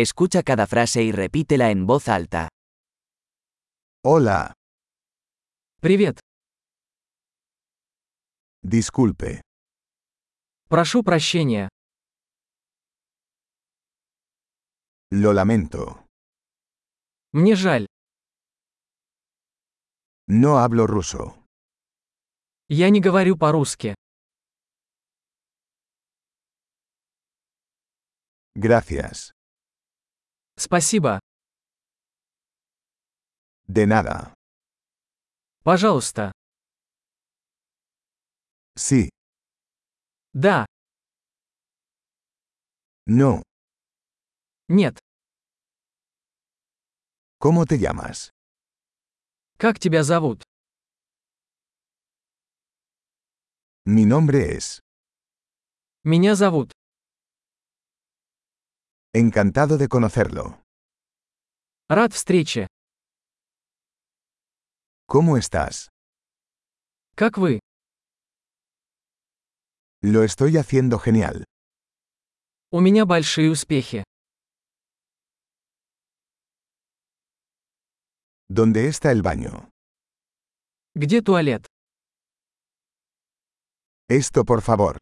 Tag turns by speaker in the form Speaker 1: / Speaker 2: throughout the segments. Speaker 1: Escucha cada frase y repítela en voz alta.
Speaker 2: Hola,
Speaker 3: Привет.
Speaker 2: disculpe,
Speaker 3: Прошу прощения.
Speaker 2: lo lamento.
Speaker 3: Мне жаль.
Speaker 2: No hablo ruso.
Speaker 3: Я не говорю по-русски.
Speaker 2: Gracias.
Speaker 3: Спасибо.
Speaker 2: De nada.
Speaker 3: Пожалуйста.
Speaker 2: Sí,
Speaker 3: Да.
Speaker 2: no.
Speaker 3: Нет.
Speaker 2: ¿Cómo te llamas?
Speaker 3: Как тебя зовут?
Speaker 2: Mi nombre es.
Speaker 3: Меня зовут.
Speaker 2: Encantado de conocerlo.
Speaker 3: Рад встрече.
Speaker 2: ¿Cómo estás?
Speaker 3: Как вы?
Speaker 2: Lo estoy haciendo genial.
Speaker 3: У меня большие успехи.
Speaker 2: ¿Dónde está el baño?
Speaker 3: Где туалет?
Speaker 2: Esto por favor.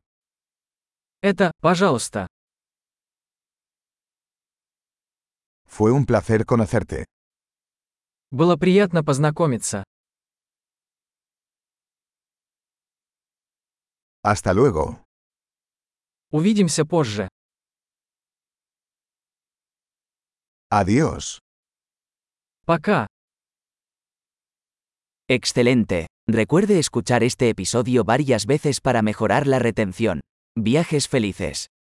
Speaker 3: Это, пожалуйста.
Speaker 2: Fue un placer conocerte.
Speaker 3: Было приятно познакомиться.
Speaker 2: Hasta luego.
Speaker 3: Увидимся позже.
Speaker 2: Adiós.
Speaker 3: Пока.
Speaker 1: Excelente. Recuerde escuchar este episodio varias veces para mejorar la retención. Viajes felices.